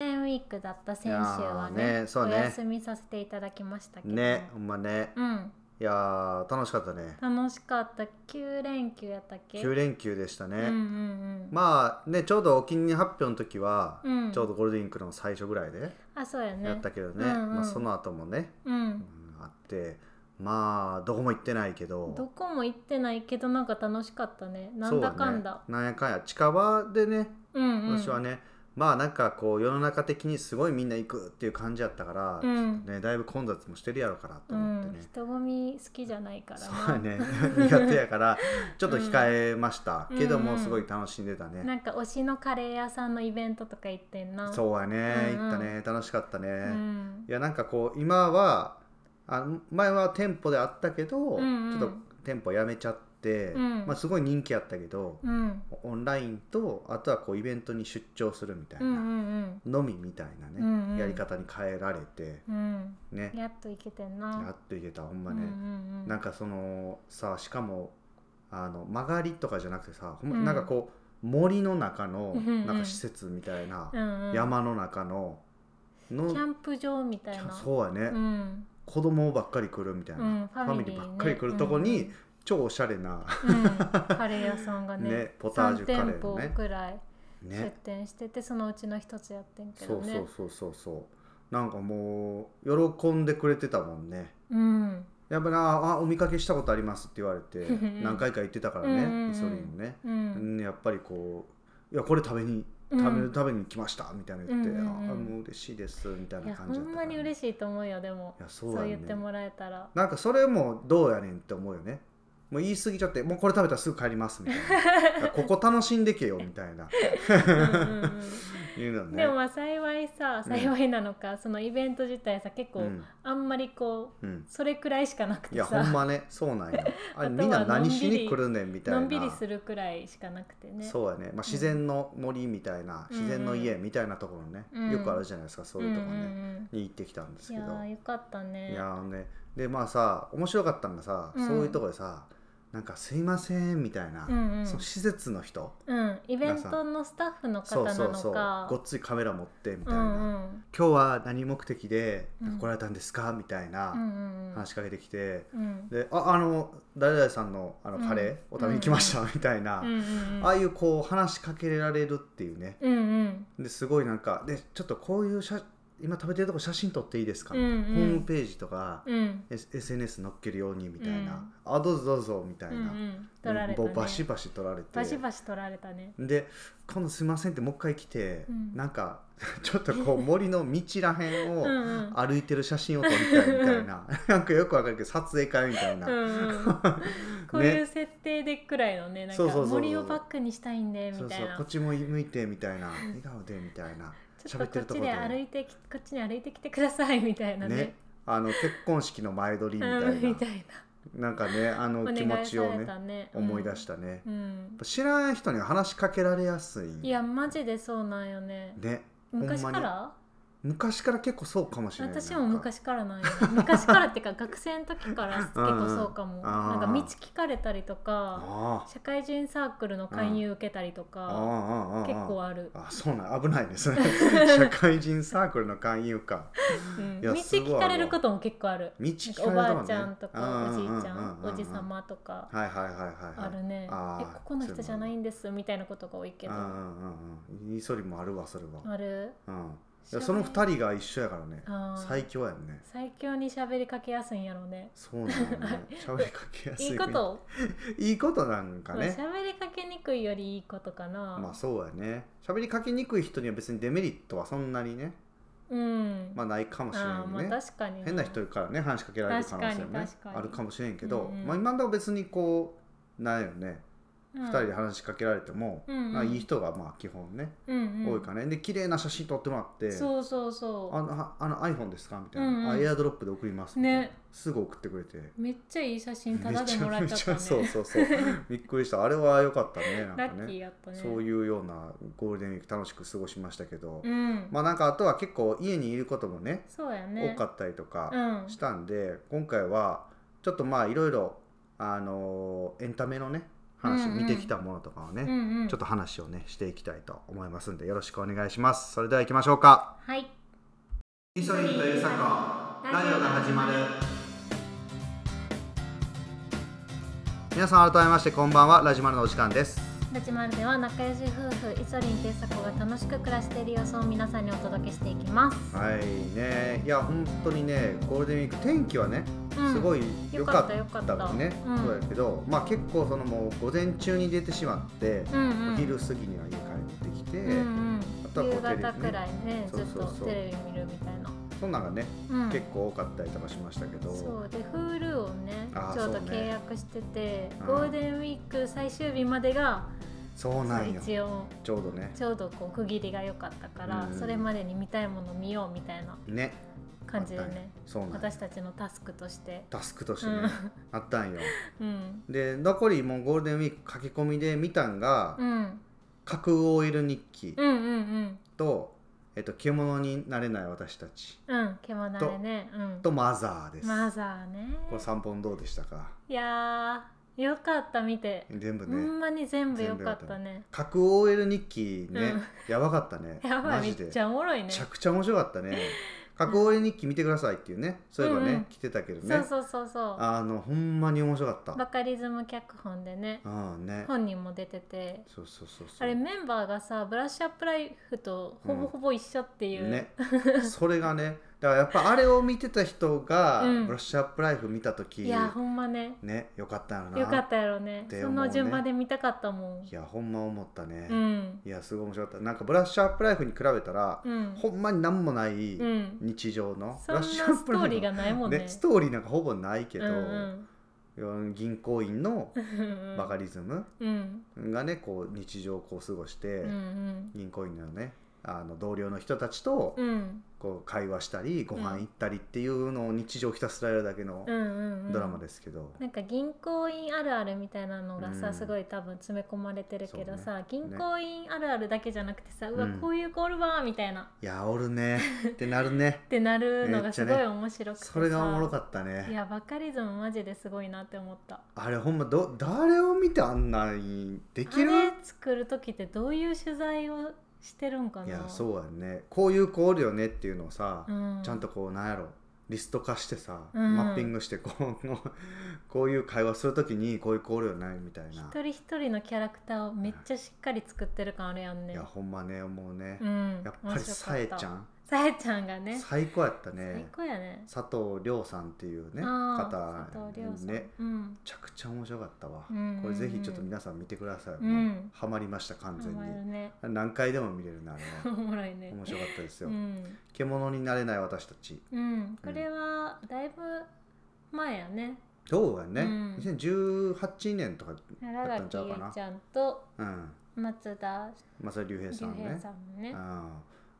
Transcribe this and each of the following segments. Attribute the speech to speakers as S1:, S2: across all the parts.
S1: ィークだった先週はいね
S2: やーねそうね
S1: お休みさせていただきましたけど
S2: ねほんまね
S1: うん
S2: いやー楽しかったね
S1: 楽しかった9連休やったっけ
S2: 9連休でした
S1: うんう
S2: ね、
S1: んうん、
S2: まあねちょうどお気に入り発表の時は、
S1: うん
S2: ちょうどゴールデンウィークの最初ぐらいで
S1: あそうやね
S2: やったけどね
S1: うんうん
S2: まあ、その後もね、
S1: うん
S2: うんあってまあどこも行ってないけど
S1: どこも行ってないけどなんか楽しかったねなんだかんだ
S2: そうね、なんやかんや近場でね
S1: うんうん
S2: 私はね、まあなんかこう世の中的にすごいみんな行くっていう感じやったから、
S1: うん
S2: ね、だいぶ混雑もしてるやろうからと
S1: う
S2: 思って
S1: ん
S2: ね、
S1: 人混み好きじゃないから
S2: そう
S1: な
S2: やね 苦手やからちょっと控えました、
S1: うん
S2: けど
S1: う
S2: も
S1: んうん
S2: すごい楽しんでたね、
S1: なんか推しのカレー屋さんのイベントとか行ってんなう、
S2: そうやね、
S1: うんうん
S2: 行ったね楽しかったね、
S1: ん、
S2: いやなんかこう今はあ前は店舗であったけど、
S1: んうん
S2: ちょっと店舗やめちゃって、
S1: うん
S2: まあ、すごい人気やったけど、
S1: うん
S2: オンラインとあとはこうイベントに出張するみたい
S1: うん
S2: な、
S1: うん
S2: のみみたいなね、
S1: うんうん
S2: やり方に変えられて
S1: うん
S2: ね
S1: うんやっと行けてんな
S2: やっといけたほんまね、
S1: うんうんうん、
S2: なんかそのさしかもあの曲がりとかじゃなくてさほんま
S1: うん
S2: なんかこう森の中の
S1: うんうん
S2: なんか施設みたいな、
S1: うんうん、
S2: 山の中のの
S1: キャンプ場みたいな
S2: そうやね、
S1: うん
S2: 子供ばっかり来るみたいな、
S1: うん
S2: ファミリー
S1: ファミリーね
S2: ばっかり来るとこに、
S1: うん
S2: 超おしゃれな
S1: うん、カレー屋さんがね
S2: ねポタージュカレー
S1: 3
S2: のね
S1: 店舗くらい出
S2: ね
S1: 店してて、そのうちの一つやってんけ
S2: そ
S1: ど
S2: う
S1: ね
S2: そうそうそうそうなんかもう喜んでくれてたもんね
S1: うん
S2: やっぱなあお見かけしたことありますって言われ て何回か言ってたから
S1: うんうんう
S2: ね
S1: ん
S2: イソリンもね、
S1: う
S2: うんん、やっぱりこう「いやこれ食べに
S1: うん
S2: 食べる食べに来ました」みたいな言って「
S1: うんうんうん
S2: あもう嬉しいです」みたい
S1: い
S2: な
S1: や
S2: 感
S1: ほ
S2: じだった
S1: んまに
S2: しい
S1: 嬉しいと思うよでも
S2: いやそ
S1: そうう,、
S2: やね
S1: 言ってもらえたら
S2: なんかそれもどうやねんって思うよねもう言い過ぎちゃって「もうこれ食べたらすぐ帰ります」みたいないや「ここ楽しんでけよ」みたいな
S1: うんうんうん
S2: 言うのね
S1: でもまあ幸いさ
S2: うん
S1: 幸いなのか、そのイベント自体さ結構、
S2: うん
S1: あんまりこう
S2: うん、
S1: それくらいしかなく
S2: い
S1: て
S2: やほ
S1: さ、
S2: んまねそうな んやあれ
S1: あとは
S2: みんな何しに来るねんみたいな
S1: のんびりするくらいしかなくてね
S2: そうやね、まあ、自然の森みたいな、
S1: うん
S2: 自然の家みたいなところね、
S1: うん
S2: よくあるじゃないですかそういうとこね、
S1: んん
S2: に行ってきたんです
S1: うん、い
S2: けど
S1: やーよかったね
S2: いやーねでまあさ面白かったのがさ、
S1: うん
S2: そういうとこでさなんか「すいません」みたいな、
S1: うんうん
S2: その施設の人
S1: うん、イベントのスタッフの方
S2: そう
S1: な
S2: そうそ
S1: の
S2: う
S1: か
S2: ごっついカメラ持ってみた
S1: う
S2: いな、
S1: んうん
S2: 今日は何目的で
S1: うん
S2: 来られたんですか?」みた
S1: う
S2: い
S1: んう
S2: なん
S1: うん
S2: 話しかけてきて、
S1: うん
S2: で「ああの誰々さんのあのカレー
S1: うん
S2: お食べに来ました」みたいな、
S1: うんうんうん
S2: ああいうこう話しかけられるっていうね
S1: うんうん
S2: ですごいなんかでちょっとこういう写今食べてるとこ写真撮っていいですか、
S1: うんうん
S2: ホームページとか、
S1: うん
S2: S- SNS 載っけるようにみたいな、あどうぞどうぞみたい
S1: うんう
S2: な、
S1: ん取られた
S2: も
S1: ね
S2: うバシバシ撮られて
S1: バシバシ取られたね
S2: で「今度すいません」ってもう一回来て、
S1: うん
S2: なんか ちょっと こう森の道らへん
S1: うんう
S2: を
S1: ん
S2: 歩いてる写真を撮りたいみた いななんかよくわかるけど撮影会みたいな、
S1: うんうんこういう設定でくらいのねなんか
S2: そうそうそうそう
S1: 森をバックにしたいんで
S2: そ
S1: み
S2: う
S1: た
S2: そ
S1: い
S2: うん
S1: な
S2: こっちも向いてみたいな笑顔でみたいな
S1: ちょっとこっち
S2: 喋
S1: で
S2: って
S1: 歩
S2: る
S1: いてきこっちに歩いてきてくださいみたいな
S2: ね
S1: ね
S2: あの結婚式の前撮り
S1: う
S2: みたいな、
S1: んみたい
S2: なんかねあ
S1: なお
S2: の気
S1: 願
S2: 持
S1: い
S2: ち
S1: さ
S2: を
S1: れ
S2: ね
S1: たね
S2: 思い出したたね、やっ
S1: うん
S2: ぱ知らない人には話しかけられやすい
S1: いやマジでそうなんよね
S2: ね
S1: 昔
S2: ほ
S1: か
S2: んまに
S1: ら
S2: 昔から結構そうかもしれない
S1: 私も昔からなんや 昔からっていうか学生の時から結構そうかも、
S2: ん
S1: なんか
S2: あー
S1: 道聞かれたりとか
S2: あ
S1: 社会人サークルの勧誘受けたりと
S2: ああ
S1: か、
S2: あああ
S1: 結構ある、
S2: あそうなん危ないですね社会人サークルの勧誘か
S1: うん、
S2: いや
S1: 道
S2: すごいある
S1: 聞かれることも結構ある
S2: 道
S1: なん
S2: 聞
S1: か
S2: かれ
S1: お
S2: たも
S1: ば
S2: んね
S1: あちゃんとかおじいちゃん
S2: ううううう
S1: おじさまとか
S2: はいはいはいはいはい
S1: あるね、
S2: あー
S1: えここの人じゃない
S2: そ
S1: んですみたいなことが多いけ
S2: う
S1: ど
S2: なのうん
S1: あ
S2: うんうんうんそりもあるわそれは
S1: る
S2: うんいやその二人が一緒やからね
S1: あー
S2: 最強やんね
S1: 最強に喋りかけやすいんやろうね
S2: そうなのね喋りかけやすい
S1: いいこと
S2: いいことなん
S1: ま
S2: か
S1: あ
S2: ね
S1: 喋、りかけにくいよりいいことかな、
S2: まあそうやね喋りかけにくい人には別にデメリットはそんなにね、
S1: うん
S2: まあ、ないかもしれ
S1: あ
S2: な
S1: ーま
S2: い
S1: あ
S2: ね、
S1: 確かにな
S2: 変な人からね話しかけられる可能性もね
S1: 確かに確かに
S2: あるかもしれんけど、
S1: うんうん
S2: まあ、今のところ別にこうないよね、
S1: うん
S2: 二人で話しかけられても、
S1: うんうん
S2: まあ、いい人がまあ基本ね、
S1: うんうん、
S2: 多いからねで綺麗な写真撮ってもらって
S1: そうそうそ
S2: あのああの iPhone ですか?」みたいな、
S1: うんうん
S2: あ「エアドロップで送ります」みたいな、
S1: ね
S2: すぐ送ってくれて。
S1: うめっちゃいい写真た
S2: め
S1: だで
S2: ち
S1: もら
S2: ゃ
S1: っ
S2: め
S1: ちゃっ
S2: ち
S1: た
S2: ゃ
S1: ね
S2: そうそうそう びっくりしたあれは良かったねなんか
S1: ラ
S2: ね
S1: ッキーやったね
S2: そう
S1: う、
S2: いうようなゴールデンウィーク楽しく過ごしましたけど、
S1: ん
S2: まあなんかあとは結構家にいることもね
S1: そうやね
S2: 多かったりとか
S1: うん
S2: したんで、今回はちょっとまあいろいろあのーエンタメのね話見てきたものとかをね、
S1: うんうん
S2: ちょっと話をねしていきたいと思いますんでよろしくお願いしますそれでは行きましょうか
S1: はい
S2: イソリンとユサコ
S1: ラジオが始まる
S2: 皆さん改めましてこんばんはラジマルのお時間です
S1: 「ラジマル」では仲良し夫婦イソリンとユサコが楽しく暮らしている様子を皆さんにお届けしていきます、
S2: はいねいや本当にねゴールデンウィーク天気はね
S1: うん
S2: すごい良
S1: よ
S2: か
S1: か
S2: っ
S1: ったよかった
S2: たのね、
S1: うん
S2: そうだけど、まあ、結構そのもう午前中に出てしまって、
S1: うんうん
S2: お昼過ぎには家帰ってきて、
S1: うんうん
S2: あとはこ
S1: 夕
S2: うテレビね
S1: 方くらいね
S2: そうそうそう
S1: ずっとテレビ見るみたいな、
S2: そんなんがね、
S1: うん、
S2: 結構多かったりとかしましたけど
S1: そうで Hulu をね
S2: あー
S1: ちょうど
S2: そうね
S1: 契約してて、
S2: うん
S1: ゴールデンウィーク最終日までが
S2: そうなんよ
S1: 一応
S2: ちょうどね
S1: ちょうどこう区切りが良かったから、
S2: うん
S1: それまでに見たいもの見ようみたいな
S2: ね
S1: 感じで
S2: あったんよ
S1: ね
S2: そうなんよ
S1: 私たちのタスクとして、
S2: タスクとしてね、
S1: うん
S2: あったんよ
S1: うん
S2: で残りもうゴールデンウィーク書き込みで見たんが「
S1: うん、うん
S2: 架空 OL 日記
S1: うんうん
S2: と」えっと「獣になれない私たち
S1: うん獣でねうん」
S2: と「マザー」です、
S1: マザーね
S2: この3本どうでしたか
S1: いやーよかった見て、
S2: 全部
S1: ほん
S2: ね
S1: まに全部よかったね
S2: 架空 OL 日記ね、
S1: うん
S2: やばかったね
S1: やば
S2: マ
S1: いめ
S2: ジ
S1: っ
S2: で
S1: ちゃおもろいね
S2: めちゃくちゃ面白かったね架空 OL 日記見てくださいっていうねそういえばね、
S1: うんうん
S2: 来てたけどね
S1: そうそうそうそう
S2: あのほんまに面白かった
S1: バカリズム脚本でね
S2: うんね
S1: 本人も出てて
S2: そうそうそうそう
S1: あれメンバーがさブラッシュアップライフとほぼほぼ一緒っていう、
S2: ねそれがねだからやっぱあれを見てた人が、
S1: うん
S2: ブラッシュアップライフ見た時
S1: いやほんまね
S2: ねよかったよな
S1: よかったやろね
S2: で
S1: そ
S2: もう
S1: の
S2: ね
S1: 順番で見たかったもん
S2: いやほんま思ったね、
S1: うん
S2: いやすごい面白かったなんかブラッシュアップライフに比べたら、
S1: うん
S2: ほんまになんもない
S1: うん
S2: 日常の、
S1: そ
S2: ブ
S1: んな
S2: ラッシ
S1: ス
S2: ュア
S1: トーリーがないもんね
S2: ね、ストーリーなんかほぼないけど、
S1: うん
S2: 銀行員の
S1: うん、
S2: バカリズム
S1: うん
S2: がねこう日常をこう過ごして、
S1: うんうん
S2: 銀行員のねあの同僚の人たちと
S1: うん
S2: こう会話したりご飯行ったりっていうのを日常をひたすらやるだけの
S1: うんうんうん
S2: ドラマですけど、
S1: なんか銀行員あるあるみたいなのがさ、
S2: うん
S1: すごい多分詰め込まれてるけど
S2: そう
S1: さ、銀行員あるあるだけじゃなくてさ、うわ
S2: うん
S1: こういう子おるわみたいなっ
S2: いやおる ねってなるね
S1: てなるの
S2: めっ
S1: が
S2: ちゃ
S1: す
S2: ね
S1: ごい面白くてさ、
S2: それがおもろかった
S1: い
S2: ね
S1: やバカリズムマジですごいなって思った
S2: あれほんまど誰を見てあんなにできる
S1: あれ作る時ってどういう取材をしてるんかないい
S2: やそうやねこういう子おるよねっていうのをさ、
S1: ん、
S2: ちゃんとこうなんやろリスト化してさ、
S1: うん
S2: マッピングしてこうこういう会話するときにこういう子おるよねみたい
S1: 一
S2: な、
S1: 人一人のキャラクターをめっちゃしっかり作ってる感あるやんね
S2: いやほんまね思うね、
S1: うん
S2: やっぱりさえちゃ
S1: ん
S2: ん
S1: さえちゃんがね
S2: 最高やった
S1: 最
S2: ね
S1: 高やね
S2: 佐藤亮さんっていうね
S1: あ
S2: 方
S1: ー佐藤亮さん、
S2: ね
S1: うん
S2: めちゃくちゃ面白かったわ、
S1: うんうんうん
S2: これぜひちょっと皆さん見てください、
S1: うん
S2: もうハマりました完全
S1: お前
S2: に、
S1: ね
S2: 何回でも見れるなあれ
S1: お
S2: は
S1: もろいね
S2: 面白かったですよ、
S1: うん、
S2: 獣になれない私たち
S1: うん、これはだいぶ前やね
S2: どうやね、
S1: うん
S2: 2018年とか
S1: 新
S2: ったんち
S1: 垣
S2: ゃう
S1: 結
S2: かな
S1: 衣ちゃんと
S2: うん
S1: 松田
S2: 松田龍平
S1: 龍
S2: さんね
S1: 平さんもね
S2: うん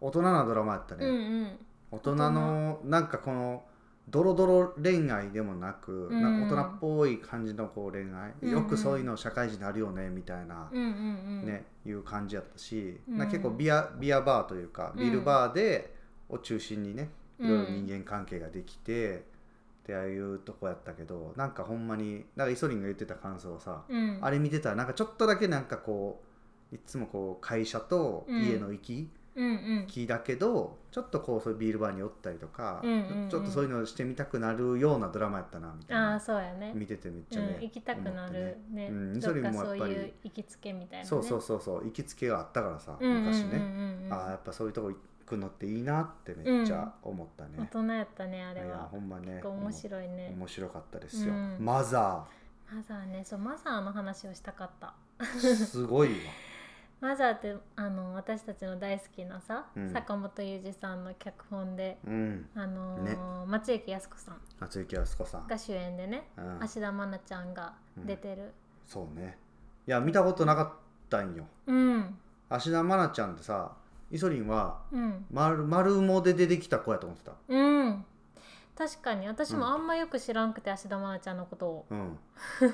S2: 大人なドラマやったね、
S1: うんうん
S2: 大人のなんかこのドロドロ恋愛でもなく、
S1: うん
S2: なんか大人っぽい感じのこう恋愛、
S1: うんうん
S2: よくそういうの社会人になるよねみたいな、
S1: うんうんうん
S2: ね、いう感じやったし、
S1: うん
S2: なんか結構ビアビアバーというかビールバーで、を中心にねいろいろ人間関係ができて、ってああいうとこやったけどなんかほんまになんかイソリンが言ってた感想はさ、
S1: うん、
S2: あれ見てたらなんかちょっとだけなんかこういつもこう会社と家の行き
S1: うんうん
S2: 来だけど、ちょっとこうそういうビールバーにおったりとか、
S1: うんうんうん
S2: ちょっとそういうのしてみたくなるようなドラマやったなみたい
S1: ああ
S2: な、
S1: そうやね
S2: 見ててめっち
S1: う
S2: ゃ
S1: ん
S2: ね、、
S1: 行きたくなるね
S2: 思ってねうん
S1: どっ
S2: それ
S1: かそ
S2: も
S1: う
S2: やっぱり
S1: いう行きつけみたいな、ね、
S2: そうそうそうそう行きつけがあったからさ、
S1: うんうんうんうん
S2: 昔ね、ああや
S1: あ
S2: っぱそういうとこ行くのっていいなってめっちゃ思ったね、
S1: 大人やったねあれ
S2: いや
S1: は
S2: ほんまね
S1: 結構面白い
S2: おも
S1: ね
S2: 面白かったですよ、
S1: うん
S2: マザ
S1: マザーねそうマザーの話をしたかった
S2: ーすごいわ
S1: マザーってあの私たちの大好きなさ、
S2: うん
S1: 坂本裕二さんの脚本で
S2: うん
S1: あのー松雪泰子さん
S2: 夏雪靖子さん
S1: が主演でね
S2: うん
S1: 芦田愛菜ちゃんが出てる
S2: そうねいや見たことなかったんよ
S1: うん
S2: 芦田愛菜ちゃんってさイソリンは
S1: うん
S2: 丸丸もで出てきた子やと思ってた
S1: うん、確かに私もあんまよく知らんくて芦田愛菜ちゃんのこと を
S2: う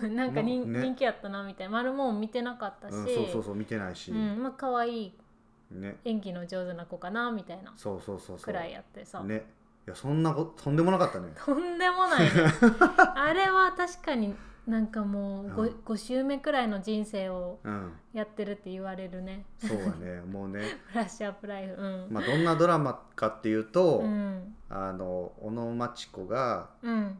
S2: ん、
S1: なんか人,、
S2: まね
S1: 人気やったなみたいな丸も見てなかったし、
S2: うん、そうそうそう見てないし、
S1: うんまあ可愛い
S2: ね
S1: 演技の上手な子かなみたいな
S2: そうそうそうそう
S1: くらいやってさ、
S2: ね いやそんなこととんでもなかったね
S1: とんでもないねあれは確かになんかもう 5,、
S2: うん
S1: 5周目くらいの人生を
S2: うん
S1: やってるって言われるね
S2: そうだね もうね、
S1: フラッシュアップライフうん、
S2: まあ、どんなドラマかっていうと、
S1: うん
S2: あの小野真知子が
S1: うん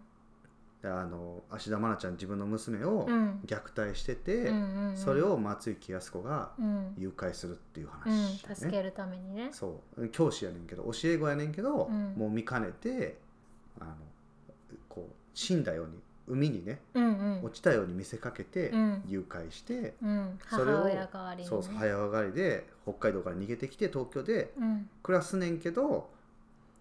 S2: あの芦田愛菜ちゃん自分の娘を
S1: うん
S2: 虐待してて、
S1: うんうん
S2: それを松雪泰子が
S1: うん、
S2: 誘拐するっていう
S1: う
S2: 話、
S1: ん
S2: ね、
S1: 助けるためにね
S2: そう教師やねんけど教え子やねんけど、
S1: うん
S2: もう見かねてあのこう死んだように海にね
S1: うんうん
S2: 落ちたように見せかけて
S1: うん
S2: 誘拐して、
S1: うん、
S2: それ
S1: 母
S2: を
S1: 親代わりに、ね、
S2: そうそう早上がりで北海道から逃げてきて東京で
S1: うん
S2: 暮らすねんけど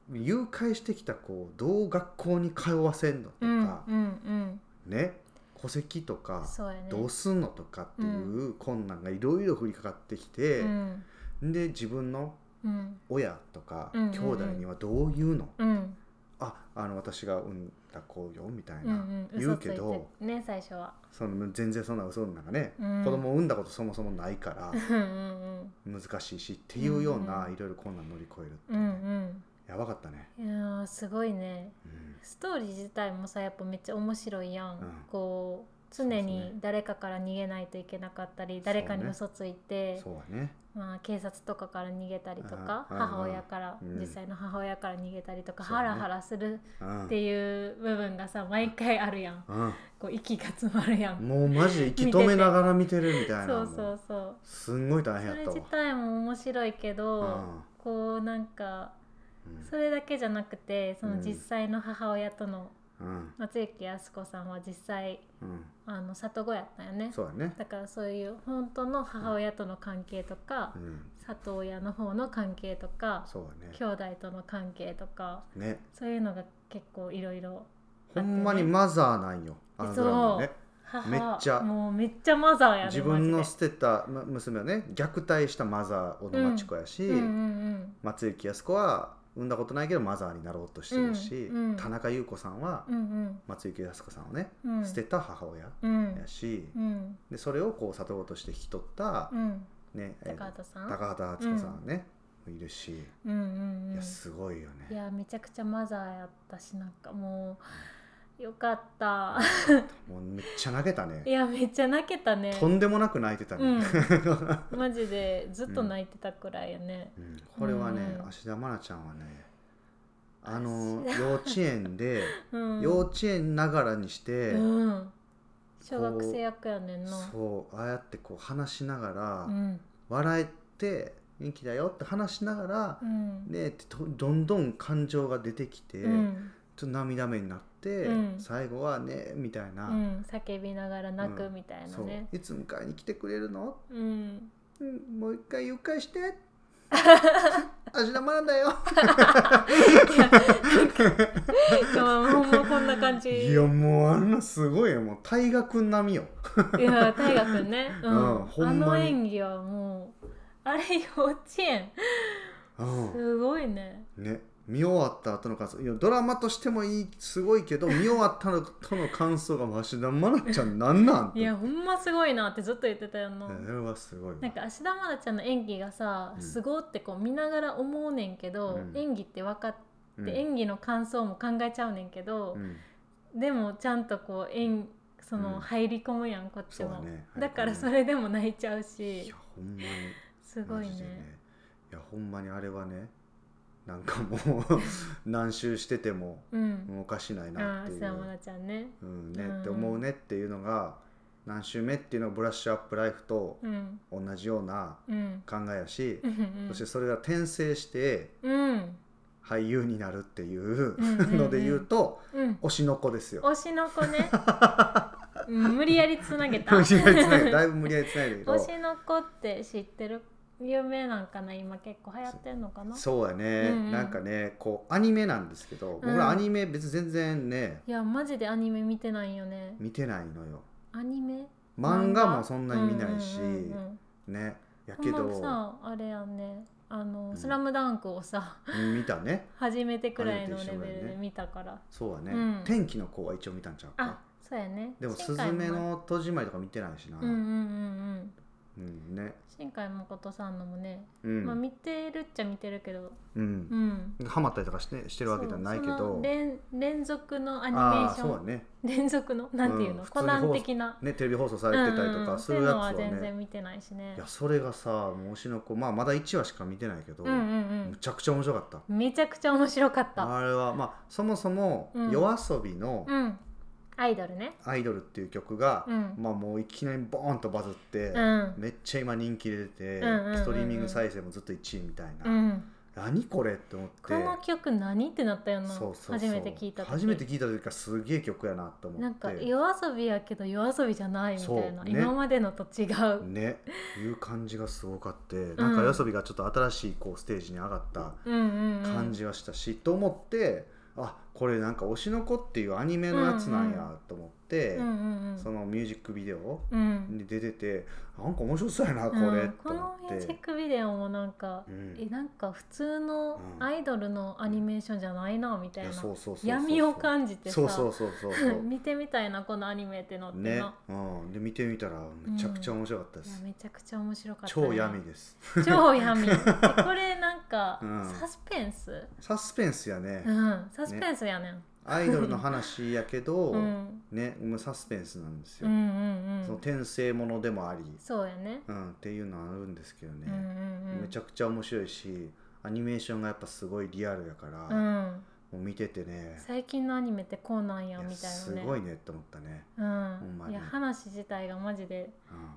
S2: 誘拐してきた子をどう学校に通わせんのと
S1: うん
S2: か、
S1: うん
S2: ね戸籍とか
S1: うん、そうやね
S2: どうすんのとかっていう困難がいろいろ降りかかってきて
S1: う、ん
S2: で自分の
S1: うん
S2: 親とか
S1: うんうんうん
S2: 兄弟にはどう言うの、
S1: うん
S2: ああの私が産んだ子よみたい
S1: うんう
S2: な、
S1: ん
S2: 言う
S1: 嘘つい
S2: け
S1: て
S2: ど
S1: ね最初は、
S2: その全然そんな嘘なんかね、
S1: うん、
S2: 子供を産んだことそもそもないから
S1: うんうん
S2: 難しいしっていうような
S1: うんうん
S2: いろいろ困難乗り越えるって
S1: うん
S2: ね、
S1: うん
S2: やばかったね、
S1: うんいやーすごいね
S2: うん
S1: ストーリー自体もさやっぱめっちゃ面白いやん、
S2: うん
S1: こう常
S2: そうです
S1: に
S2: ね
S1: 誰かから逃げないといけなかったり、誰かに
S2: そうね
S1: 嘘ついて、
S2: そうだね
S1: まあ、警察とかから逃げたりとか
S2: あー
S1: 母親から、
S2: うん
S1: 実際の母親から逃げたりとか、
S2: そう
S1: ハ
S2: ね
S1: ラハラする
S2: うん
S1: っていう部分がさ毎回あるやんこう息が詰まるや
S2: うんん、もうマジで息止めながら見てるみた いな
S1: そう
S2: も
S1: そううそう
S2: すんごい大
S1: そ
S2: 変や
S1: れ
S2: ったわ
S1: 自体も面白いけど、
S2: うん
S1: こうなんか
S2: うん
S1: それだけじゃなくてその
S2: うん
S1: 実際の母親との
S2: うん
S1: 松雪泰子さんは実際
S2: うん
S1: あの里子やったよね
S2: そうだね
S1: だからそういう本当の母親との関係とか、
S2: うん
S1: 里親の方の関係とか
S2: そうだね
S1: 兄弟との関係とか
S2: ね
S1: そういうのが結構いろいろ
S2: ほんまにマザーなんよあのドラマもね
S1: 母
S2: めっちゃ
S1: もうめっちゃマザーやね
S2: 自分の
S1: マジ
S2: 捨てたむ娘をね虐待したマザー小野町子やし、
S1: でうんうん
S2: 松雪泰子は産んだことないけどマザーになろうとしてるし、
S1: うんうん
S2: 田中優子さんは
S1: うんうん
S2: 松雪泰子さんをね、
S1: うんうん
S2: 捨てた母親
S1: うん
S2: やし、
S1: うん
S2: でそれをこう里子として引き取った、
S1: うん
S2: ねえー
S1: 高畑さん
S2: 高畑敦子さんね、いるし、
S1: うんうんうん
S2: いやすごいよ
S1: い
S2: ね。
S1: やめちゃくちゃマザーやったしなんかもうよか った
S2: もうめっちゃ泣けた
S1: い
S2: ね。
S1: やめっちゃ泣けたね
S2: とんでもなく泣いてたね。
S1: うん
S2: う
S1: マジでずっと泣いてたくらいやね、
S2: んこれはね
S1: う、ん
S2: 芦田愛菜ちゃんはね、あの幼稚園で。
S1: うん、
S2: 幼稚園ながらにして、
S1: うん小学生役やねんな
S2: そうああやってこう話しながら、
S1: うん
S2: 笑えて元気だよって話しながら
S1: う、ん
S2: ねえってとどんどん感情が出てきて、
S1: うん
S2: ちょっと涙目になって、
S1: うん
S2: 最後はねみたいな、
S1: うん、叫びながら泣くみたいな
S2: そう
S1: ね、
S2: いつ迎えに来てくれるの、
S1: うん、
S2: うん、もう一回誘拐して 芦田愛菜だよ
S1: いやほんまこんな感じ
S2: いやもうあんなすごいよもう大河君並みよ
S1: いや大河君 ね、うん
S2: うんほん
S1: あ
S2: まに
S1: の演技はもうあれ幼稚園
S2: うん
S1: すごいね
S2: ね見終わった後の感想いやドラマとしてもいいすごいけど見終わったのとの感想が芦田愛菜ちゃんなんなん
S1: いやほんますごいなってずっと言ってたよな、
S2: それはすごいわ
S1: なんか芦田愛菜ちゃんの演技がさ、
S2: うん
S1: すごってこう見ながら思うねんけど、
S2: うん
S1: 演技って分かって、
S2: うん
S1: 演技の感想も考えちゃうねんけど
S2: う、ん
S1: でもちゃんとこう演その、
S2: うん
S1: 入り込むやんこっち
S2: そうだ
S1: も、
S2: ね
S1: だからそ
S2: れ
S1: れでも泣いちゃう
S2: い
S1: し
S2: やほんまに
S1: すごい
S2: マジ
S1: ね
S2: でいやほんまにあれはねなんかも う何周してても
S1: うん
S2: もうおかしない
S1: あ
S2: な
S1: あ
S2: ってい
S1: 芦田愛
S2: う、
S1: 菜ちゃんね
S2: うんね
S1: うん
S2: って思うねっていうのが何周目っていうのがブラッシュアップライフと
S1: うん
S2: 同じような
S1: うん
S2: 考えやし、
S1: うんうん
S2: そしてそれが転生して
S1: うん
S2: 俳優になるっていう
S1: うんうんうん
S2: ので言うと、
S1: うん
S2: 推しの子ですよ。
S1: 推しの子 ね、うん、無理やりつなげた
S2: 無理やりつないでだ
S1: 推
S2: いぶ無理やりつないでけど
S1: しの子って知ってる有名なんかな今結構流行ってんのかな
S2: そうやね、
S1: うんうん
S2: なんかねこうアニメなんですけど僕らアニメ別に全然ね、
S1: いやマジでアニメ見てないよね
S2: 見てないのよ
S1: アニメ
S2: 漫画もそんなに見ないし、
S1: うんうんうん
S2: ねや
S1: うん
S2: け
S1: ほんま
S2: ど、
S1: さあれやんねあの、
S2: うん
S1: スラムダンク」をさ
S2: 見たね
S1: 初めてくらいのレベ
S2: あれと一
S1: ル
S2: 緒だ
S1: で
S2: よね
S1: 見たから、
S2: そうやね、
S1: うん
S2: 天気の子は一応見たんちゃうか
S1: あそうやね
S2: でも「す
S1: 新
S2: ず
S1: 海
S2: め
S1: も
S2: の戸締まり」とか見てないしな、
S1: うんうんうんうん
S2: うんね
S1: 新海誠さんのもね、
S2: うん、
S1: まあ見てるっちゃ見てるけど
S2: う
S1: うんん
S2: ハマったりとかしてしてるわけじゃないけ
S1: そうその
S2: ど
S1: 連連続のアニメ
S2: あ
S1: ー
S2: あ
S1: シ
S2: そう
S1: ョ
S2: だ
S1: ン、
S2: ね
S1: 連続のなんていうの、
S2: うん普通
S1: コ
S2: に
S1: ナン的な
S2: ねテレビ放送されてたりと
S1: うんう
S2: か
S1: ん
S2: するやつは
S1: そういうのは全
S2: ね
S1: 然見てないしね
S2: いやそれがさもう推しの子まあまだ1話しか見てないけど、
S1: うんうん
S2: むちゃくちゃ面白かった
S1: うんめちゃくちゃ面白かった
S2: あれはまあそもそも
S1: うん
S2: 夜遊びの
S1: うんアイドルね
S2: 「アイドル」っていう曲が、
S1: うん
S2: まあもういきなりボーンとバズって、
S1: うん
S2: めっちゃ今人気出て、
S1: うんうんうんうん
S2: ストリーミング再生もずっと1位みたいな、
S1: うん
S2: 何これって思って
S1: この曲何ってなったよな
S2: そうそうそう
S1: 初めて聞いた時
S2: 初めて聞いた時からすげえ曲やなと思って
S1: なんか夜遊びやけど夜遊びじゃないみたいな、
S2: そうね
S1: 今までのと違う、
S2: ねいう感じがすごかって、なんか夜遊びがちょっと新しいこうステージに上がった
S1: うんうんうん、
S2: 感じはしたし、と思ってあこれなんか「推しの子」っていうアニメのやつなんやと思って、
S1: うんうんうん
S2: そのミュージックビデオ
S1: うん
S2: に出ててなんか面白そうやなこれ、
S1: うん
S2: と
S1: こ
S2: 思
S1: のミュ
S2: っ
S1: ージッ
S2: て。
S1: クビデオもなんか、
S2: うん
S1: えなんか普通の
S2: うん
S1: アイドルのアニメーションじゃないなみた
S2: い
S1: いな、
S2: やそうそうそうそう
S1: 闇を感じてさ
S2: そうそうそうそうそう
S1: 見てみたいなこのアニメってのってな、
S2: ね、うん、で見てみたらめちゃくちゃ面白かったで
S1: いや
S2: す、
S1: めちゃくちゃ面白かった、
S2: 超闇です
S1: 超闇 でこれなんか、
S2: うん
S1: サスペンス
S2: サスペンスやね、
S1: うんサスペンスやねん
S2: アイドルの話やけ ど、
S1: うん
S2: ねもうサスペンスなんです
S1: う
S2: よ、
S1: んうん
S2: そうの
S1: ん
S2: 転生ものでもあり、
S1: そうやね
S2: うん、っていうのはあるんですけど
S1: うん
S2: ね、
S1: うんうん
S2: めちゃくちゃ面白いしアニメーションがやっぱすごいリアルやから、
S1: う
S2: も
S1: ん
S2: う見ててね
S1: 最近のアニメってこうなんや
S2: いや
S1: みたいな
S2: す
S1: ね
S2: ごいねって思ったね、んま
S1: うん、
S2: に
S1: いや話自体がマジで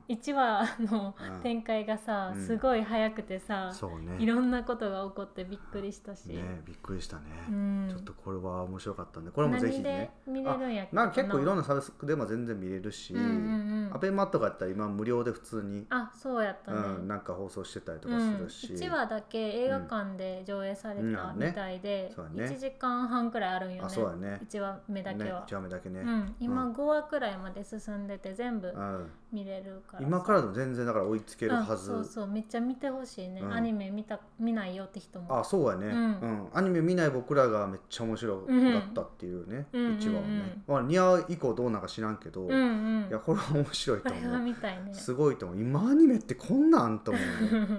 S2: う
S1: 1話の
S2: うん
S1: 展開がさ、
S2: うん
S1: すごい早くてさ
S2: ん、、そう
S1: い
S2: ね
S1: ろんなことが起こってびっくりしたし、
S2: ねびっくりしたね、
S1: うん、
S2: ちょっとこれは面白かったんでこれもぜひね
S1: 何で見れるんやっけ
S2: なんか結構いろんなサブスクでも全然見れるし、
S1: うんうんうん
S2: アベマとかやったら今無料で普通に、
S1: あそうやったね、
S2: うん、なんか放送してたりとかするし、
S1: うん、1話だけ映画館で上映され
S2: うん
S1: た
S2: あね
S1: みたいで、
S2: そうだね
S1: 1時間半くらいあるんよね
S2: あそうだね
S1: 1話目だけ
S2: ね
S1: は、
S2: 一話目だけね、
S1: うん、今
S2: うん
S1: 5話くらいまで進んでて全部
S2: うん
S1: 見れるから
S2: 今からでも全然だから追いつけるはず、
S1: うんそうそうめっちゃ見てほしいね、
S2: うん
S1: アニメ見た見ないよって人も
S2: あそうやね、う
S1: うんん
S2: アニメ見ない僕らがめっちゃ面白かったっていうね、
S1: う
S2: 一
S1: ん
S2: 1話は
S1: うん
S2: ね、まあ、2話以降どうなんか知らんけど、
S1: うんうん
S2: いやこれは面白い
S1: ことれは
S2: 思う
S1: 見たいね
S2: すごいと思う今アニメってこんなんと思う、ね、い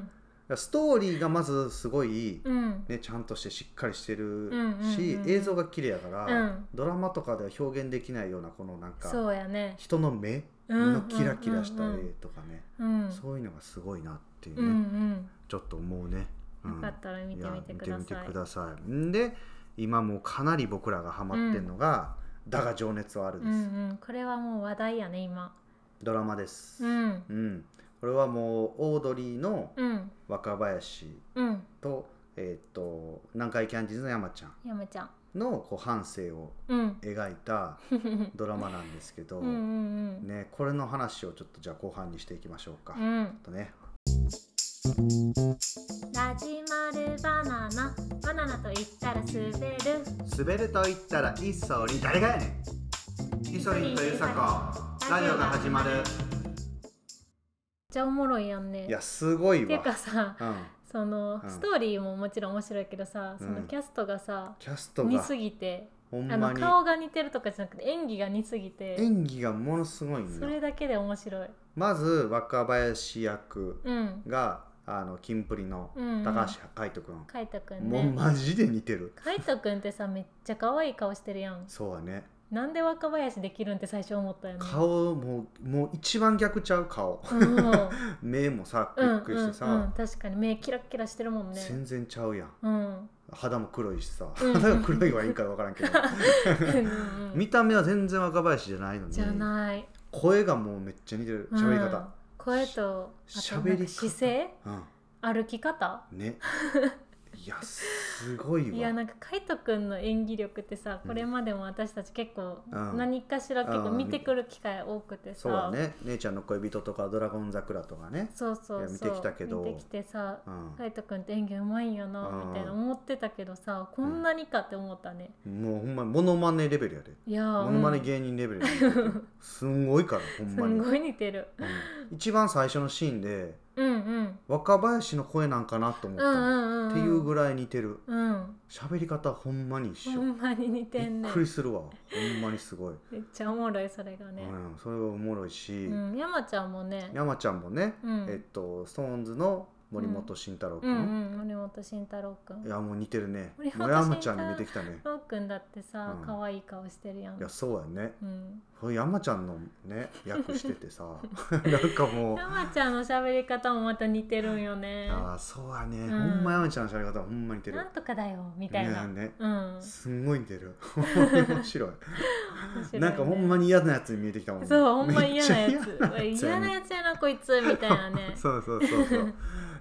S2: やストーリーがまずすごい、
S1: うん
S2: ね、ちゃんとしてしっかりしてる
S1: うん
S2: し、
S1: うんうん
S2: 映像が綺麗やから、
S1: うん
S2: ドラマとかでは表現できないようなこのなんか
S1: そうやね
S2: 人の目
S1: うん
S2: のキラキラした
S1: うんうんう
S2: 絵
S1: ん
S2: とかね、
S1: うん
S2: そういうのがすごいなっていう
S1: う
S2: ね、
S1: ん
S2: ちょっと思うね。
S1: う
S2: うんん
S1: よかったら見てみてく
S2: いや
S1: だ
S2: 見てみ
S1: さ
S2: て
S1: い
S2: くださいんで今もうかなり僕らがハマってるのが「だが情熱はある」
S1: う
S2: で
S1: ん
S2: す、
S1: うんこれはもう話題やね今
S2: ドラマです、
S1: うん
S2: うんこれはもうオードリーの
S1: うん
S2: 若林
S1: うん
S2: と,、えー、と南海キャンディーズの山ちゃん
S1: やめちゃん
S2: のこう半生を
S1: うん
S2: 描いたドラマなんですけど、
S1: うんうん
S2: ね、これの話をちょっとじゃあ後半にしていきましょうか。
S1: うんうん
S2: とね、
S1: ラジマルバナナバナナと言ったら滑る
S2: 滑ると言ったらイソリン誰がやねんイソリンとユサコラジオが始まる
S1: じゃおもろいやんね
S2: いやすごい
S1: て
S2: わ
S1: かさ
S2: うん、
S1: その、
S2: うん
S1: ストーリーももちろん面白いけどさその
S2: うん
S1: キャストがさ、
S2: キャスト
S1: 似
S2: が
S1: すぎて
S2: ほん
S1: あ
S2: ま
S1: の
S2: に
S1: 顔が似てるとかじゃなくて演技が似すぎて
S2: 演技がものすごいん
S1: それ
S2: よ
S1: だけで面白い
S2: まず若林役
S1: うん
S2: があのキンプリの
S1: うんうん
S2: 高橋海人君、
S1: 海斗くん
S2: もう
S1: ね
S2: マジで似てる
S1: 海斗くんってさめっちゃ可愛い顔してるやん
S2: そうだね
S1: なんで若林できるんって最初思ったよね
S2: 顔もうもう一番逆ちゃう顔
S1: うん
S2: 目もさク
S1: う
S2: リ
S1: ん
S2: ックしてさ、
S1: うんうん、確かに目キラッキラしてるもんね
S2: 全然ちゃうやん
S1: うん
S2: 肌も黒いしさ、
S1: うん
S2: 肌が黒いはいいんから分から んけど
S1: うんうん
S2: 見た目は全然若林じゃないのに
S1: じゃない
S2: 声がもうめっちゃ似てる喋り方、
S1: 声とあと
S2: 喋り
S1: なん
S2: 方
S1: か姿勢
S2: うん
S1: 歩き方
S2: ねいやすごいわ
S1: いやなんか海斗くんの演技力ってさ
S2: うん
S1: これまでも私たち結構
S2: うん
S1: 何かしら結
S2: う
S1: 構
S2: ん
S1: 見てくる機会多くてさ、
S2: そうだね姉ちゃんの恋人とかドラゴン桜とかね
S1: そうそうそう
S2: いや見てきたけど
S1: 見てきてさ
S2: うん
S1: 海斗くんって演技うまいんやな
S2: うん
S1: みたいな思ってたけどさこんなにかって思ったね、
S2: もうほんまにモノマネレベルやで
S1: いやー
S2: モノマネ
S1: うん
S2: 芸人レベルやで、 すんごいからほん
S1: す
S2: まに
S1: ん、ごい似てる
S2: うん一番最初のシーンで
S1: うんうん
S2: 若林の声なんかなと思っ
S1: うんう
S2: た、
S1: んうんうん
S2: っていうるぐらい似てる
S1: うん
S2: 喋り方ほんまに一
S1: ほ
S2: 緒、
S1: んまに似てん
S2: び
S1: ね
S2: っくりするわほんまに すごい、
S1: めっちゃおもろいそれがね
S2: うん、それはおもろいし、
S1: うん山ちゃんもね
S2: 山ちゃんもね、
S1: うん
S2: えっと SixTONES の森本慎太郎
S1: う
S2: 君、
S1: んうん森本慎太郎くん
S2: いやもう似てるね
S1: 森
S2: も
S1: 本
S2: う山ちゃんに似てきたね
S1: ロくんだってさ
S2: うん
S1: 可愛い顔してるやん
S2: いやそうやね
S1: うん
S2: これ山ちゃんのね 役しててさ なんかもう
S1: 山ちゃんの喋り方もまた似てるんよね
S2: ああそうやね、
S1: ん
S2: ほんま山ちゃんの喋り方ほんま似てる
S1: なんとかだよみたいな
S2: ねね
S1: うん
S2: すんごい似て るほんまに面白いなんかほんまに嫌なやつに見えてきたもんね
S1: そうほんまに嫌な
S2: めっ
S1: や
S2: ちゃ
S1: つ嫌なやつやなこいつみたいなね
S2: そうそうそ うそう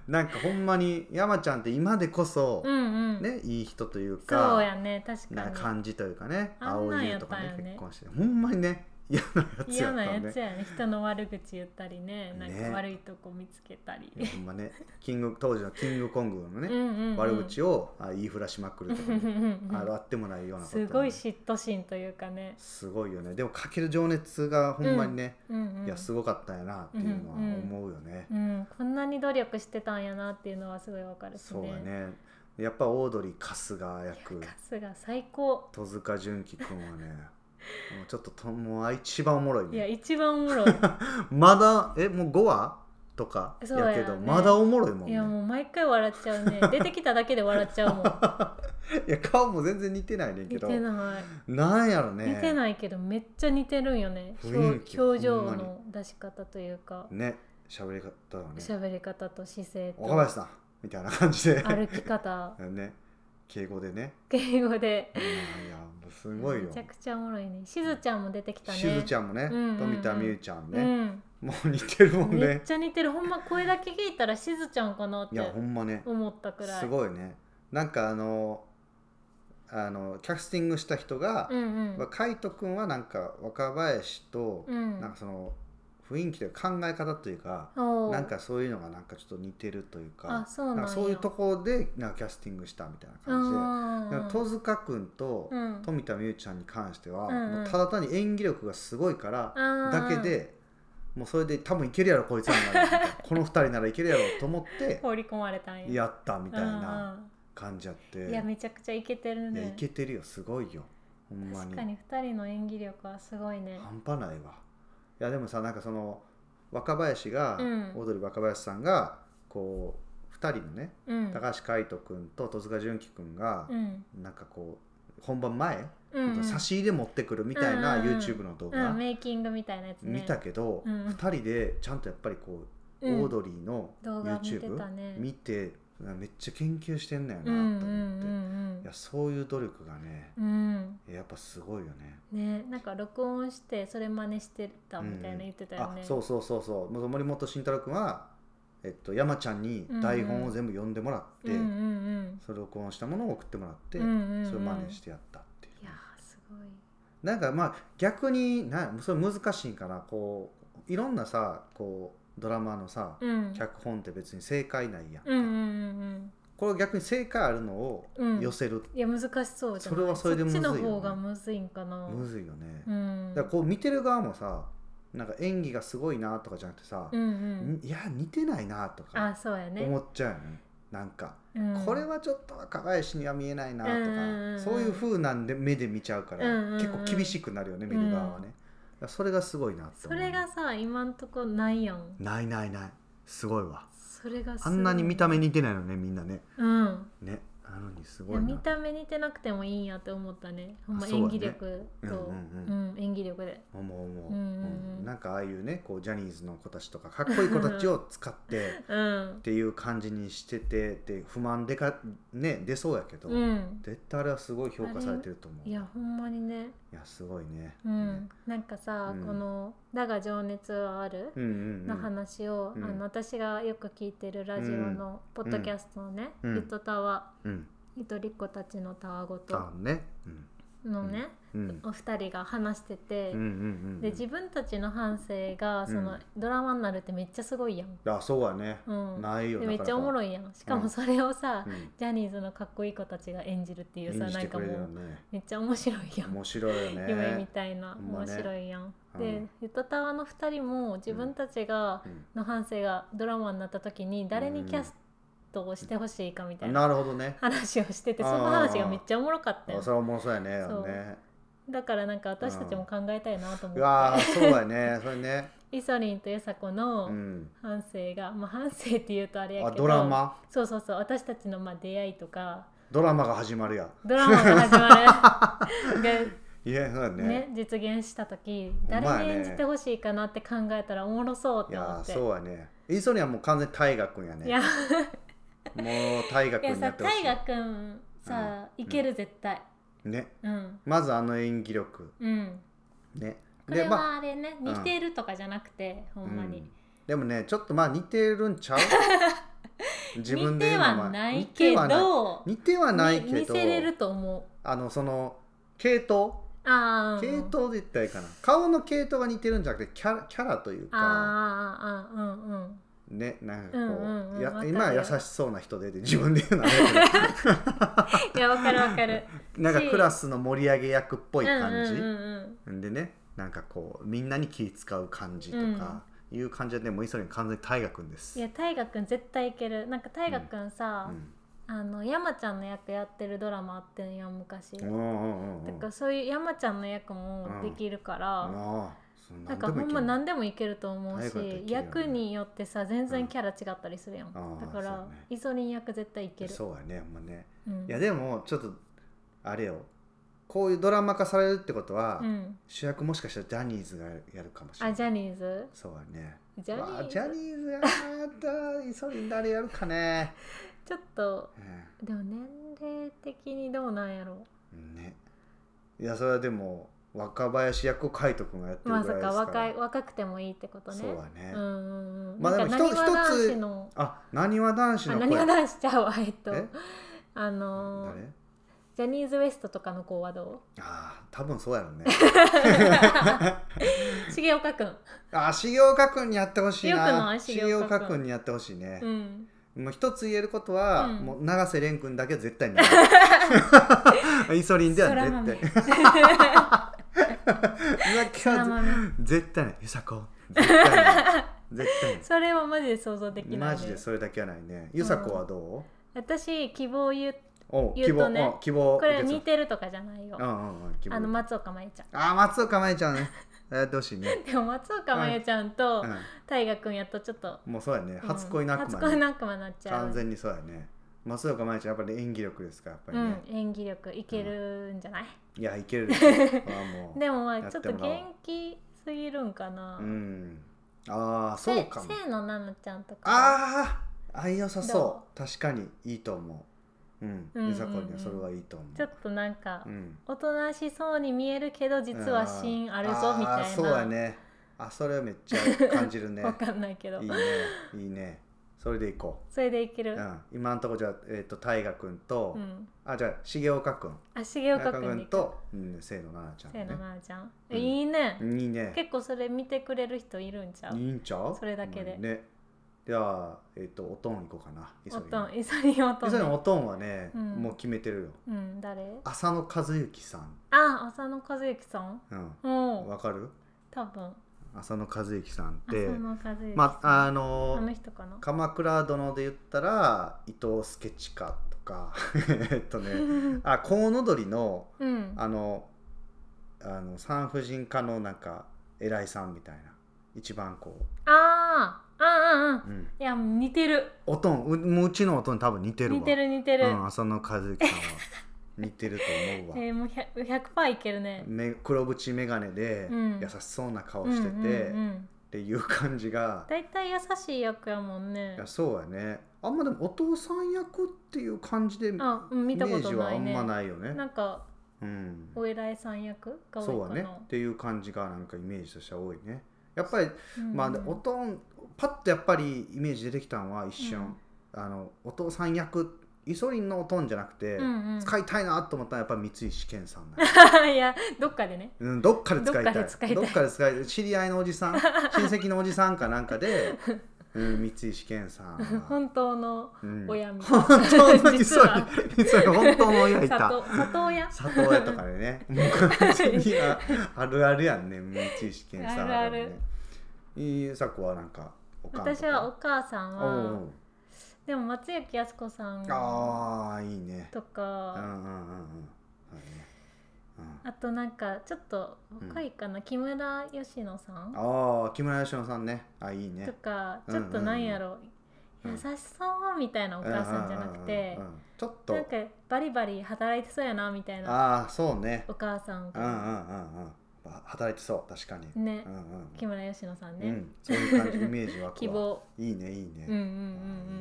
S2: なんかほんまに山ちゃんって今でこそ、
S1: うんうん
S2: ねいい人というか
S1: そうやね確
S2: な
S1: かに
S2: 感じというかね
S1: あん
S2: 青
S1: なん
S2: い
S1: や
S2: 優
S1: っ
S2: と
S1: た
S2: か
S1: んやね
S2: ね結婚してほんまにね嫌なやつ
S1: 嫌
S2: やった
S1: なや
S2: ね
S1: つやね人の悪口言ったりねなん
S2: ね
S1: か悪いとこ見つけたり
S2: いやほんまねキング当時のキングコングのね、悪
S1: 悪
S2: 口
S1: を
S2: をあ言いふらしまくるとか、ね、ああってもないようなこと ね、
S1: すごい嫉妬心というかね
S2: すごいよねでもかける情熱がほんまにね、
S1: うんうん
S2: いやすごかったんやなっていうのは思うよね、
S1: うんこんなに努力してたんやなっていうのはすごいわかるしね
S2: そうだねやっぱオードリー春日役
S1: 春日最高
S2: 戸塚純喜君はねもうちょっとともう一番おもろい
S1: いや
S2: ね
S1: 一番おもろい
S2: まだえもう5話とかや
S1: そうやね
S2: けどまだおもろいも
S1: い
S2: んねい
S1: や
S2: や
S1: もう毎回笑っちゃうね出てきただけで笑っちゃうもん
S2: 顔も全然似てない ねんけ
S1: 似
S2: ど
S1: てない
S2: なんやろね
S1: 似てないけどめっちゃ似てるんよね
S2: 雰囲気
S1: 表表情
S2: ほんまに
S1: の出し方というか
S2: ね喋り方はね
S1: 喋り方と姿勢と
S2: 若林さんみたいな感じで
S1: 歩き 方
S2: ね敬語でね
S1: 敬語で
S2: うんいやもうすごいよ
S1: めちゃくちゃおもろいねしずちゃんも出てきたね
S2: しずちゃんもね、
S1: うんうんうん
S2: 富田美優ちゃん
S1: う
S2: ね、
S1: ん
S2: もう似てるもん
S1: めっ
S2: ね
S1: ちゃ似てるほんま声だけ聞いたらしずちゃんかなっ
S2: い
S1: て
S2: やほんまね
S1: 思ったくらい
S2: すごいねなんかあのあのキャスティングした人が、
S1: うんうん
S2: まあ、海人君はなんか若林と、
S1: うん
S2: なんかその雰囲気というか考え方というか、
S1: おう
S2: なんかそういうのがなんかちょっと似てるという
S1: あ
S2: か
S1: そうなん
S2: なん
S1: や
S2: かそういうところでなんかキャスティングしたみたいな感じででも戸塚君と、
S1: うん
S2: 富田美優ちゃんに関しては、
S1: うんうん
S2: もうただ単に演技力がすごいから、だけ
S1: で
S2: でもうそれで多分いけるやろこいつらならみたい なこの二人ならいけるやろと思って
S1: 放り込まれたんや
S2: やったみたいな
S1: うん
S2: 感じやって、
S1: うんいやめちゃくちゃイケてる
S2: いや
S1: ね
S2: いけてるよすごいよほんまに
S1: 確かに2人の演技力はすごいね
S2: 半端ないわいやでもさなんかその若林が、
S1: うん
S2: オードリー若林さんがこう二人のね、
S1: うん
S2: 高橋海人君と戸塚純喜君が
S1: う、ん
S2: なんかこう本番前、
S1: うんうん
S2: 差し入れ持ってくるみたいな
S1: うんうんうん
S2: YouTube の動画、
S1: うんメイキングみたいなやつね
S2: 見たけど、
S1: うん
S2: 2人でちゃんとやっぱりこう、
S1: うん
S2: オードリーの
S1: 動画見てた
S2: YouTube
S1: ね
S2: 見て,、めっちゃ研究してんだよな
S1: う
S2: と
S1: んう
S2: 思
S1: ん
S2: って、
S1: うん
S2: いやそういう努力がね
S1: うん
S2: やっぱすごいよね。
S1: ねなんか録音してそれ真似してたみたいな言ってたよ
S2: あ
S1: ね
S2: そうそうそうそうもう森本慎太郎君は、えっと、山ちゃんに台本を全部読んでもらって、
S1: うんうん
S2: それを録音したものを送ってもらって、
S1: うんうんうん
S2: それを真似してやったっていう
S1: いやーすごい
S2: なんかまあ逆になそれ難しいんかなこういろんなさこうドラマのさ、
S1: うん
S2: 脚本って別に正解ないやんか、
S1: うんうんうん
S2: これ逆に正解あるのを
S1: うん
S2: 寄せる、
S1: いや難しそうじゃない
S2: それはそれでむずいよね
S1: そっちの方がむずいんかな
S2: むずいよね、
S1: う
S2: だ
S1: ん
S2: からこう見てる側もさなんか演技がすごいなとかじゃなくてさ、
S1: うんうん
S2: いや似てないなと
S1: あ
S2: か
S1: そうやね
S2: 思っちゃうよねなんか、
S1: うん
S2: これはちょっと若林には見えないなとか、
S1: うんうんうん
S2: そういう風なんで目で見ちゃうから、
S1: うんうんうん
S2: 結構厳しくなるよね見る側はね、だからそれがすごいなって
S1: そ
S2: 思う
S1: れがさ今んとこないやん
S2: ないないないすごいわ
S1: それがす
S2: あ
S1: ごい
S2: んなに見た目似てないのねみんなね
S1: うん
S2: ねなのにす
S1: い
S2: ご
S1: や
S2: いな
S1: 見た目似てなくてもいいんやって思ったねほんま
S2: あそうやね
S1: 演技力と
S2: うんう
S1: うん演技力で
S2: 思う思う、
S1: うんうんうん
S2: うんなんかああいうねこうジャニーズの子たちとかかっこいい子たちを使って
S1: うん
S2: っていう感じにしててで不満でか、ね、出そうやけど、
S1: うん
S2: 絶対あれはすごい評価されてると思う
S1: いやほんまにね
S2: いやすごいね、
S1: うんなんかさ
S2: うん
S1: この「だが情熱はある
S2: うん、うんうん」
S1: の話をあ
S2: うん
S1: の私がよく聞いてるラジオのポッドキャストのね「
S2: うん
S1: ゆとたわ」
S2: うん
S1: ゆとりっ子たちのたわご
S2: 多
S1: と
S2: 分ねうん
S1: のね
S2: うん
S1: お二人が話してて
S2: うんうんうん
S1: で自分たちの反省がその
S2: うん
S1: ドラマになるってめっちゃすごいやん。
S2: あそうやね、
S1: うん、
S2: ないよ
S1: でめっちゃおも
S2: い、
S1: ろいやんしかもそれをさ、
S2: うん、
S1: ジャニーズのかっこいい子たちが演じるっていうさ
S2: 演じ
S1: な
S2: て
S1: んか
S2: く
S1: も
S2: れるよ
S1: う
S2: ね
S1: めっちゃ面白いやん、
S2: 面白いよね
S1: 夢みたいな、
S2: ほんま
S1: 面
S2: ね
S1: 白いやん、
S2: うん
S1: で「ゆとたわ」の2人も自分たちが
S2: うん
S1: の反省がドラマになった時に誰にキャスどうしてほしいかみたいな
S2: なるほどね
S1: 話をしてて
S2: あ
S1: そ
S2: ー
S1: の話がめっちゃおもろかったよ
S2: あそれはおもろそうやねや
S1: そう
S2: ね
S1: だからなんか私たちも考えたいなと思
S2: うわ
S1: っ
S2: ーそうやねそれね
S1: てイソリンとエサコの
S2: うん
S1: 反省が、まあ反省っていうとあれや
S2: あ
S1: けど
S2: ドラマ
S1: そうそうそう私たちのまあ出会いとか
S2: ドラマが始まるや
S1: ドラマが始ま るで
S2: いやそうや
S1: ね
S2: ね
S1: 実現した時
S2: ほんまや
S1: 誰
S2: ね
S1: に演じてほしいかなって考えたらおもろそうっ
S2: い
S1: て思
S2: や
S1: っ
S2: ー
S1: て。
S2: そうやねイソリンはもう完全に大河君や
S1: いや
S2: ねもう大河
S1: い
S2: 君
S1: や
S2: にな
S1: さ
S2: ってほし
S1: 大
S2: い
S1: 河くんさ、
S2: うん
S1: いける絶対
S2: ね
S1: うん
S2: まずあの演技力
S1: うん
S2: ね
S1: これ
S2: でまあ
S1: はあれね、
S2: うん
S1: 似てるとかじゃなくて、ほんまに、
S2: うんでもねちょっとまあ似てるん ちゃう自分で
S1: 似て
S2: 言うの
S1: は
S2: も
S1: ないけど
S2: 似てはない
S1: に
S2: 似てはないけ
S1: 似
S2: ど
S1: せれると思
S2: あのその系統
S1: うああ
S2: 系統で言ったらいいかな顔の系統が似てるんじゃなくてキャラキャラという
S1: あ
S2: か
S1: ーあーあーうんうん
S2: ねなんかこう,、
S1: うんうんうんわ
S2: や
S1: かる
S2: 今は優しそうな人でで自分で言うのはね
S1: いやわかるわかる
S2: なんかクラスの盛り上げ役っぽい感じ、
S1: うんうんうん
S2: でねなんかこうみんなに気使う感じとかいう感じで、もういそれに完全に大河君で
S1: うん、
S2: す
S1: いや大河くん絶対いけるなんか大河くん
S2: う
S1: さ、
S2: ん
S1: あの山ちゃんの役やってるドラマあってんや昔、
S2: うんうんうん
S1: だ
S2: うん
S1: からそういう山ちゃんの役もできるから、
S2: ああそん
S1: なん
S2: で
S1: か
S2: も
S1: ほ
S2: い
S1: ん
S2: け
S1: ま
S2: る
S1: 何でもいけると思うし
S2: 大河やったらいけるよね
S1: 役によってさ全然キャラ違ったりするやん、
S2: んあー
S1: だか
S2: そう
S1: ら
S2: や、ね
S1: イソリン役絶対いける
S2: そうやねほんまね
S1: うん、
S2: いやでもちょっとあれよこういうドラマ化されるってことは、
S1: うん、
S2: 主役もしかしたらジャニーズがやるかもしれ
S1: あ
S2: ない
S1: ジャニーズ
S2: そうやね
S1: ジャニ
S2: わあ
S1: ーズ
S2: ジャニーズやったらいそれに誰やるかね、
S1: ちょっと
S2: う
S1: でも年齢的にどうなんやろ
S2: んねいやそれはでも若林役を海斗君がやってるぐら
S1: ま
S2: い
S1: あそっ
S2: ですから
S1: か若い若くてもいいってことね
S2: そうだね、
S1: うんうんうん
S2: まあでも
S1: なんか
S2: ひと
S1: なにわ
S2: 一つ
S1: 男子の
S2: あなにわ男子
S1: あ
S2: の
S1: な
S2: 子
S1: に
S2: や
S1: わ男子ちゃうわえっと
S2: え
S1: あのー
S2: 誰
S1: ジャニーズ WEST とかの子は ど
S2: ああ多分そうやろね
S1: う重岡くん
S2: ああ重岡君にやってほしい
S1: よく
S2: な
S1: ない
S2: 重
S1: 重
S2: 岡
S1: 岡君
S2: 君にやってほしいね
S1: う、ん
S2: もう一つ言えることは、
S1: うん
S2: もう永瀬廉君だけは絶対にな いイソリンでは
S1: 空豆
S2: 絶対 今日
S1: 空
S2: は
S1: 豆
S2: 絶対ないゆさこ絶対ない絶対
S1: それはマジで想像でき
S2: ない
S1: ない、
S2: マジでそれだけはないねゆさこはど
S1: 私希望言う
S2: うお
S1: 言
S2: 希
S1: う
S2: 望、
S1: とね
S2: お希望
S1: これは
S2: 受け継
S1: 似
S2: ぐ
S1: てるとかじゃないよ
S2: うんうんうん希望
S1: あの松岡茉優ちゃん
S2: あー松岡茉優ちゃんね やってほしいね、
S1: でも松岡茉優ちゃんと
S2: う
S1: 大河君やっとちょっと、
S2: ん、もうそうやね
S1: うん
S2: 初恋の悪魔、
S1: 初恋
S2: ね
S1: の悪魔になっちゃう
S2: 完全にそうやね松岡茉優ちゃんやっぱり演技力ですからやっぱり
S1: う
S2: ね、
S1: ん演技力いけるんじゃない、
S2: いやいけるでしょあーも う
S1: でもまあ
S2: やっ
S1: ち
S2: て
S1: ょ
S2: も
S1: っと
S2: らおう
S1: 元気すぎるんかな、
S2: うんああそうかも
S1: せ清野菜名ちゃんとか
S2: あああ良さそ
S1: ど
S2: う確かにいいと思ううん
S1: うんうんうん
S2: ゆさこにはそれはいいと思う
S1: ちょっとなんか、
S2: うん
S1: おとなしそうに見えるけど実は芯あるぞ
S2: ー
S1: みたい
S2: あ
S1: な
S2: ーそうやねあそれはめっちゃ感じ るね
S1: わかんないけど
S2: いいねいいねそれでいこ
S1: それでいけ
S2: う、
S1: る
S2: う、ん、今のとこじゃあ、えー、と大河君と、
S1: うん
S2: あじゃあ重岡君
S1: あ重岡君でいく
S2: と、うん、清
S1: せ
S2: 野菜名
S1: ー
S2: ち
S1: の
S2: ゃんね
S1: なあちゃん、
S2: うん
S1: いいね、
S2: いいね
S1: 結構それ見てくれる人いるんちゃ
S2: いういんちゃう
S1: それだけで
S2: うんねではえっ、とおとん行こうかな
S1: お
S2: 急
S1: とんイソリンおと
S2: ぎのお
S1: ん
S2: とんはね、
S1: うん
S2: もう決めてるよ
S1: うん誰
S2: 浅野和之さん
S1: あ浅野和之さん
S2: うん
S1: うん
S2: わかる
S1: 多分
S2: 浅野和之さんって
S1: 浅野和之さん
S2: まああ
S1: あ
S2: の
S1: の人かな
S2: 鎌倉殿で言ったら伊藤助親とか えっとねあコウノドリの
S1: うん
S2: あのあの産婦人科のなんか偉いさんみたいな一番こ
S1: あーあうんうん
S2: う、うん、
S1: いや似てる
S2: おとんうもううちのおとんに多分似てるわ
S1: 似てる似てる、
S2: うん、浅野和之さんは似てると思うわ、
S1: えー、もう 100%, 100いけるね
S2: め黒縁眼鏡で
S1: うん
S2: 優しそうな顔してて、
S1: うんうんうん、
S2: っていう感じが
S1: だいたい優しい役やもんね
S2: いやそうやねあんまでもお父さん役っていう感じでイメ
S1: あうん見たこ
S2: ー
S1: と
S2: ジは
S1: な
S2: あ
S1: い
S2: ん
S1: ね
S2: まないよね
S1: なんか
S2: うん、
S1: お偉いさん役が多いかな
S2: そうやねっていう感じがなんかイメージとしては多いねやっぱり、
S1: うん
S2: まあおとんパッとやっぱりイメージ出てきたのは一瞬、
S1: うん
S2: あのお父さん役イソリンのおとんじゃなくて、
S1: うんうん
S2: 使いたいなと思ったのはやっぱり三石健さんな んや
S1: いやどっかでね
S2: うん、どっかで使いたい
S1: どっかで使いたい
S2: どっかで使いたい知り合いのおじさ ん親戚のおじさんかなんかで、うん、三石健さんは、
S1: 本当の
S2: うん、
S1: 親みたいな、
S2: 本当のイ
S1: 実
S2: ソ
S1: は
S2: リンイソリン本当の親いた
S1: 里里親
S2: 里親とかで ねもう完全にああるあるやんね無知識検査
S1: あるあ
S2: ねいいさこはなんかおかんとか
S1: 私はお母さん
S2: おうお
S1: は
S2: う
S1: でも松雪泰子さん
S2: ああいいね
S1: と
S2: うんうん
S1: か
S2: うんうんはいねうん
S1: あとなんかちょっと若いかな、木村佳乃さん
S2: ああ木村佳乃さんねあいいね
S1: とか
S2: うん
S1: ちょっとなんやろ、
S2: うん
S1: 優しそうみたいなお母さんじゃなくて
S2: うんうんうんうんちょっと
S1: なんかバリバリ働いてそうやなみたいな
S2: ああそうね
S1: お母さん
S2: うんうんうんうん
S1: が、
S2: あ働いてそう確かに、
S1: ね
S2: うんうん
S1: 木村佳乃さんね、
S2: うん、そういう感じイメージは
S1: 希望
S2: いいねいいね、
S1: うんうん
S2: うん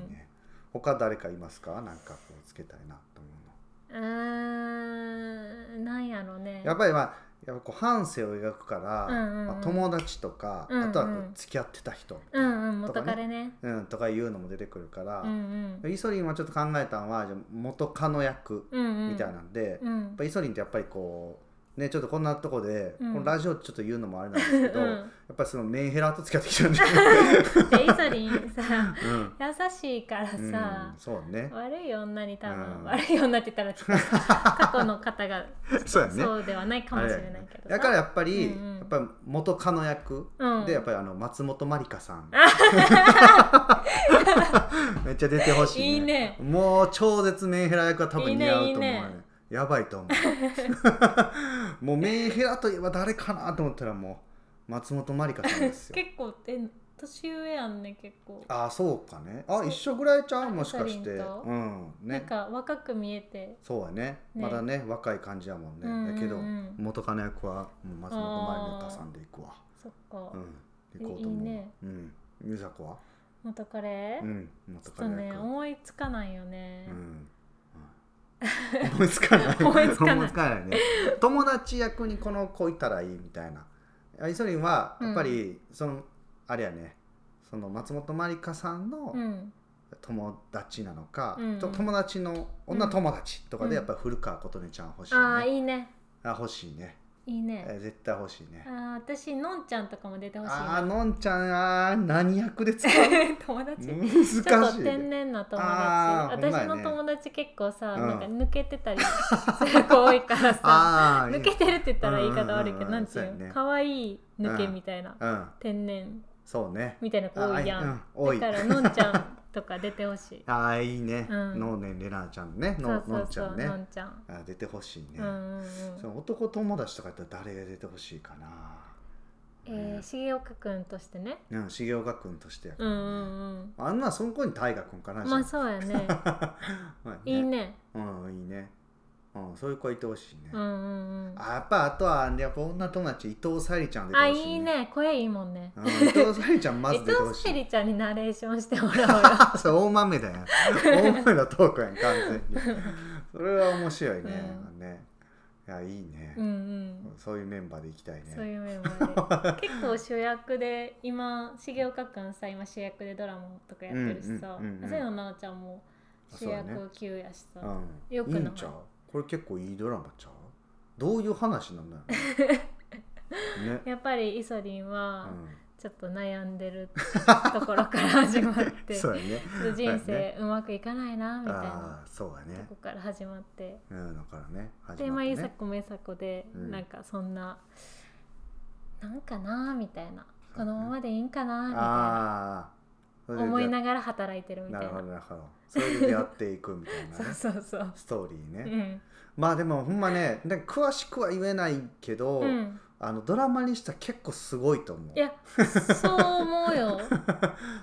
S2: いいね他誰かいますかなんかこうつけたいなと思うの
S1: うんうんうーんなんやろね
S2: やっぱりまあやっぱこう半生を描くから、
S1: うんうんうん
S2: まあ、友達とか、
S1: うんうん
S2: あとはこう付き合ってた人、
S1: うんうん
S2: とか
S1: 元
S2: ね
S1: 彼ね
S2: うん、とかいうのも出てくるから、
S1: うんうん
S2: イソリンはちょっと考えたのはじゃあ元カノ役
S1: うんうん
S2: みたいなんで、やっ
S1: うん
S2: ぱイソリンってやっぱりこうねちょっとこんなとこで、
S1: うん
S2: このラジオちょっと言うのもあれなんですけど、
S1: う
S2: や
S1: ん
S2: っぱりそのメンヘラと付き合ってきたんで、
S1: でイソリンさ
S2: うん
S1: 優しいから
S2: うん
S1: さ、
S2: そうね
S1: 悪い女に多分、
S2: うん
S1: 悪い女って言ったらちょっと 過去の方が
S2: そうやね
S1: そうではないかもしれないけど
S2: だからやっぱり、
S1: うんうん
S2: やっぱり元カノ役
S1: うん
S2: でやっぱりあの松本まりか さんめっちゃ出てほしい、ね、
S1: いいね
S2: もう超絶メンヘラ役は多分似合うと思うね
S1: いいねいいね
S2: やばいと思 うもうメンヘラといえば誰かなと思ったらもう松本まりかさんですよ
S1: 結構え年上やんね結構、
S2: ああそうかねあ
S1: そう
S2: 一緒ぐらいちゃ
S1: あ
S2: うもしか
S1: ヒ
S2: して
S1: サリンと
S2: うん
S1: な
S2: ね
S1: んか若く見えて
S2: そうやね
S1: ね
S2: まだね若い感じやもんね、
S1: うんうんうん
S2: だけど元カノ役はもう松本まりかさんでいくわ
S1: そっか、
S2: うん
S1: え
S2: 行こうと思う
S1: いいね
S2: うん美佐子は
S1: 元彼、
S2: うん
S1: ち
S2: 元
S1: ょっと
S2: カノ
S1: ね
S2: 役
S1: 思いつかないよね
S2: う、んうん思いつかない
S1: 思いつかない
S2: 思ね友達役にこの子いたらいいみたいなアイソリンはやっぱりその、あれやねその松本まりかさんの
S1: うん
S2: 友達なのか、
S1: うん
S2: と友達の女友達とか
S1: うん
S2: でやっぱり古川琴音ちゃん欲しいね、
S1: ああいいね
S2: あ欲しいね、
S1: いいね、
S2: え絶対欲しいね
S1: あー私のんちゃんとかも出てほしい
S2: あ
S1: な
S2: あのんちゃんあー何役で 使う
S1: 友達
S2: 難しい
S1: ちょっと
S2: ね
S1: 天然な友
S2: あー
S1: 達
S2: ほんまや
S1: 私
S2: ね
S1: の友達結構さ、
S2: うん
S1: なんか抜けてたり する子多いからさ
S2: あーいい
S1: 抜けてるって言ったら言い方悪いけど、
S2: うんうんうん
S1: なんてい
S2: そうや
S1: う
S2: ね
S1: 可愛い抜けみたいな、
S2: うん
S1: 天然
S2: そうね
S1: みたいな子
S2: あ
S1: 多
S2: あ
S1: い
S2: い
S1: やん、
S2: うん多い
S1: だからのんちゃんとか出てほしい
S2: ああいいね、
S1: うん
S2: のねれなちゃんね
S1: そ
S2: の
S1: うそ
S2: の
S1: うん
S2: ち
S1: そ
S2: ゃ
S1: うんの
S2: ね
S1: んちゃん、
S2: あ出てほしいね、
S1: うんうんうん
S2: その男友達とかやったら誰が出てほしいかな
S1: えー、重岡君としてね
S2: うん重岡君としてやか
S1: う
S2: ら
S1: ん
S2: ね
S1: うんうん
S2: あんなその子に大河君かな
S1: まあ
S2: じゃ
S1: そうやね
S2: あ まあ
S1: いいね
S2: うんいいね、うん、そういう子いてほしいね、
S1: うんうんうん
S2: あやっぱあとはやっぱ女友達伊藤沙莉ちゃん出て
S1: あ
S2: ほしい、
S1: いいね声いいもんね
S2: うん、伊藤沙莉ちゃんま
S1: え
S2: ず出てほ
S1: と
S2: し
S1: セ
S2: い
S1: リちゃんにナレーションしてもらお うよ
S2: それ大豆だよ大豆のトークやん完全にそれは面白いね,、ねいやいいね、
S1: うんうん
S2: そういうメンバーで行きたいね
S1: そういうメンバー で結構主役で今重岡君さ今主役でドラマとかやってるしさ
S2: うんうんうんうん
S1: 朝野奈緒ちゃんも主
S2: そうだ
S1: 役
S2: ね
S1: 級やしさ、
S2: うん、
S1: よくない
S2: いんちゃうこれ結構いいドラマちゃうどういう話なん だよねね、
S1: やっぱりイソリン
S2: う
S1: は
S2: ん
S1: ちょっと悩んでる ところから始まって、
S2: そうやね
S1: 人
S2: そうやね
S1: 生うまくいかないなみたい
S2: あ
S1: な
S2: あそうや
S1: と
S2: ね
S1: こから始まって
S2: うんだからね始
S1: でま
S2: ま
S1: あ
S2: って
S1: ゆ
S2: ね
S1: さこめさこで、
S2: うん
S1: なんかそんななんかなみたいなこのままでいいんかなみたいな
S2: ああそれで
S1: 思いながら働いてるみた
S2: ないる
S1: な
S2: ほどなるほどそれで出会っていくみたいな、ね、
S1: そうそうそう、
S2: ストーリーね、
S1: うん
S2: まあでもほんまねなんか詳しくは言えないけど、
S1: うん、
S2: あのドラマにしたら結構すごいと思う
S1: いやそう思う よ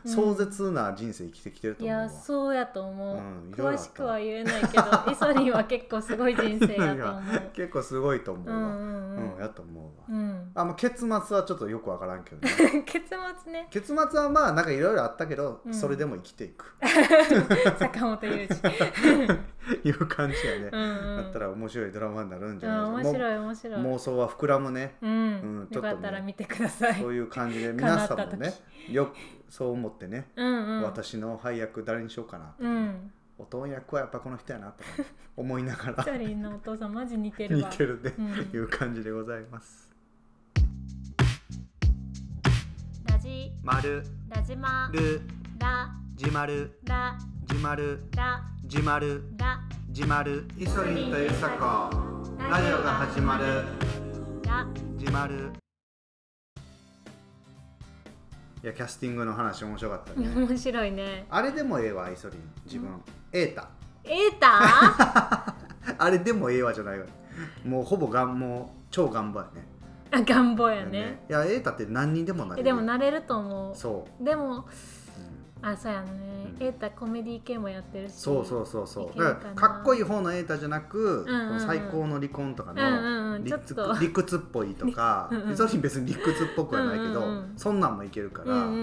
S1: うん
S2: 壮絶な人生生きてきてる
S1: い
S2: と思うわ
S1: やそうやと思う、
S2: うんいろ
S1: 詳
S2: いろあった
S1: しくは言えないけどイソリンは結構すごい人生やと思 う
S2: 結構すごいと思う
S1: う
S2: わ、
S1: ん
S2: う
S1: うん
S2: ん
S1: うん
S2: やと思うわ、
S1: うん、
S2: あもう結末はちょっとよくわからんけどね
S1: 結末ね
S2: 結末はまあなんかいろいろあったけど、
S1: うん
S2: それでも生きてい く
S1: 坂本龍二
S2: いう感じやね、
S1: うん、うん、
S2: だったら面白いドラマになるんじ
S1: う
S2: ゃない
S1: ん面白い面
S2: も
S1: 白い
S2: 妄想は膨らむね
S1: うん、
S2: うんちょ
S1: よ
S2: っとね
S1: かったら見てください
S2: そうういう感じで
S1: 叶
S2: 皆
S1: っ
S2: さ
S1: た
S2: ん
S1: 時
S2: もねよそう思ってね、
S1: んうん
S2: 私の配役誰にしようかな、
S1: うん
S2: お父役はやっぱこの人やなとかね、思いながら
S1: イソリンのお父さんマジ似てる
S2: 似
S1: わ
S2: てるね、
S1: うん
S2: いう感じでございます。
S1: ラジ
S2: まる
S1: ラジマ
S2: る
S1: ラ
S2: じまる
S1: ラ
S2: じまる
S1: ラ
S2: じまる
S1: ラ
S2: じまるイソ
S1: リンとユサ
S2: コ
S1: ラジオが始まる
S2: る
S1: ラ
S2: じまるいやキャスティングの話面白かったね
S1: 面白いね
S2: あれでもええわイソリン自分、
S1: うん
S2: ええた
S1: エ ータ
S2: あれでもええわじゃないわもうほぼがんもう超頑張るね
S1: あ願望やね
S2: いやええたって何にでもなれ
S1: え
S2: る
S1: でもなれると思う
S2: そう、
S1: でも
S2: うん
S1: あそうやね、
S2: うん
S1: エータコメディ系もやってるし
S2: そうそうそうそ
S1: いうける
S2: だ
S1: かな
S2: からかっこいい方のエータじゃなく、
S1: うんうんうん
S2: 最高の離婚とか
S1: うんうん
S2: の
S1: うん
S2: 理
S1: ちょっ
S2: 屈,、
S1: と
S2: 理屈っぽいとか
S1: うんうん
S2: 別に別に理屈っぽくはないけど、
S1: うんうんうん
S2: そんなんもいけるか
S1: う
S2: ら、
S1: んう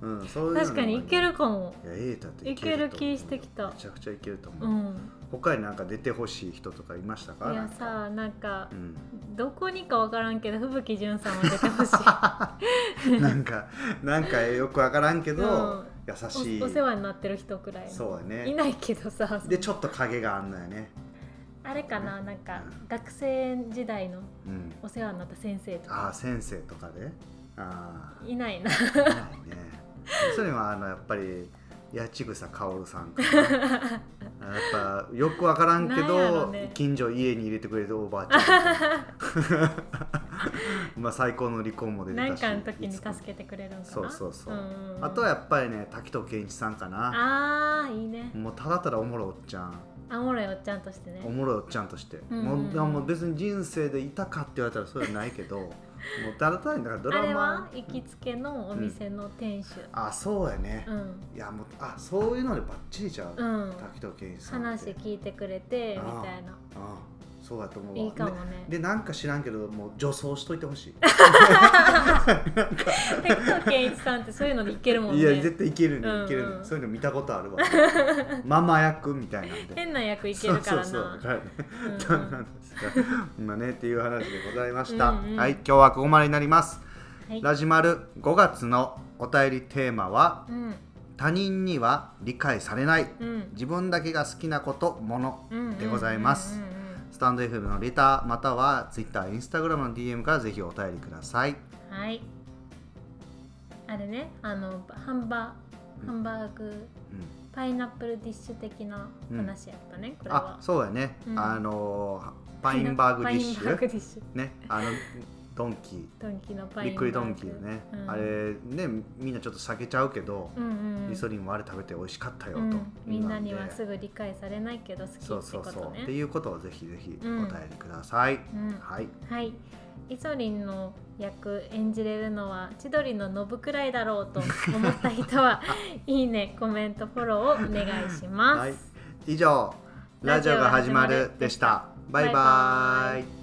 S2: うん
S1: ん
S2: そういううんのも
S1: 確かにいけるかも
S2: いやエータってと思う
S1: いける気してきた
S2: めちゃくちゃいけると思
S1: う
S2: う、
S1: ん
S2: 他になんか出てほしい人とかいましたか
S1: い
S2: な
S1: や
S2: んか
S1: さなんか
S2: う、ん
S1: どこにかわからんけど吹雪純さんも出てほしい
S2: なんかなんかよくわからんけど、
S1: うん
S2: 優しい
S1: おお世話になってる人くらい
S2: そうやね
S1: いないけどさ
S2: でちょっと影があんのよね、
S1: あれかななんか
S2: うん
S1: 学生時代の
S2: うん、
S1: お世話になった先生と
S2: ああ
S1: か
S2: 先生とかでああ
S1: いないな
S2: ないね。それはあのやっぱり八千草薫さんかな。やっぱよくわからんけ
S1: なんや
S2: ど
S1: ろ、ね
S2: 近所家に入れてくれるおばあちゃ ん。まあ最高の離婚も出て
S1: な
S2: た
S1: ん
S2: し。
S1: かの時に助
S2: いつも
S1: けてくれるんかな
S2: そうそうそうん
S1: ん
S2: あとはやっぱりね滝藤健一さんかな。
S1: あーいいね
S2: もうただただおもろいおっちゃん、
S1: あおもろいおっちゃんとしてね
S2: おもろいおっちゃんとして、
S1: んうん
S2: もうもう別に人生でいたかって言われたらそうじゃないけど、もうただただにだからド
S1: あ
S2: ラ
S1: れは
S2: マ。
S1: 行きつけのお店の店主
S2: あそうやね。
S1: うん、
S2: いやもうあそういうのでバッチリじゃん。
S1: うん
S2: 滝藤健一さんって
S1: 話聞いてくれてみ
S2: あー
S1: たいな
S2: ああそうだと思うわ
S1: いいかも
S2: ね
S1: ね
S2: でなんか知らんけどもう女装しといてほし
S1: 適当健一さんってそういうのでいけるもん
S2: いい
S1: ね
S2: や絶対いけるね、
S1: うんうん
S2: いけるねそういうの見たこ とあるわママ役みたいなんで
S1: 変な役いけるからな
S2: そうそうそうだからね
S1: うんうん
S2: そうなんですがまあねっていう話でございました
S1: うんうん
S2: はい今日はここまでになります、
S1: はい
S2: ラジマル5月のお便りテーマは
S1: うん
S2: 他人には理解されない
S1: うん
S2: 自分だけが好きなこともの
S1: うん
S2: でございま
S1: う
S2: す、
S1: んうんうん
S2: スタンド FM のレターまたは Twitter、Instagram の DM からぜひお便りください。
S1: うんはいあれねあのハンバ
S2: うん
S1: ハンバーグ
S2: うん
S1: パイナップルディッシュ的な話やったね、これ
S2: あ
S1: は
S2: そうやね、
S1: うん
S2: あのーパインバーグディッシ
S1: パインバーグ
S2: ュ
S1: ディッシュ
S2: ねあのドンキ
S1: ドンキのパインバーグ
S2: びっくりドンキのね、
S1: うん
S2: あれねみんなちょっと避けちゃうけど、
S1: うんうんうん
S2: イソリンはあれ食べて美味しかったよ
S1: う
S2: と、
S1: ん、みんなにはす
S2: ぐ
S1: ぐ理解されないけど好きって
S2: そ
S1: こ
S2: うそうそ
S1: と
S2: う、って
S1: ね。
S2: いうことをぜひぜひお
S1: うん
S2: 便りください、
S1: うん
S2: はい
S1: はい。イソリンの役演じれるのは千鳥のノブくらいだろうと思った人はいいねコメントフォローをお願いします。
S2: はい以上ラジオが始まるでしたバイバ
S1: バイバ
S2: イ
S1: ーイ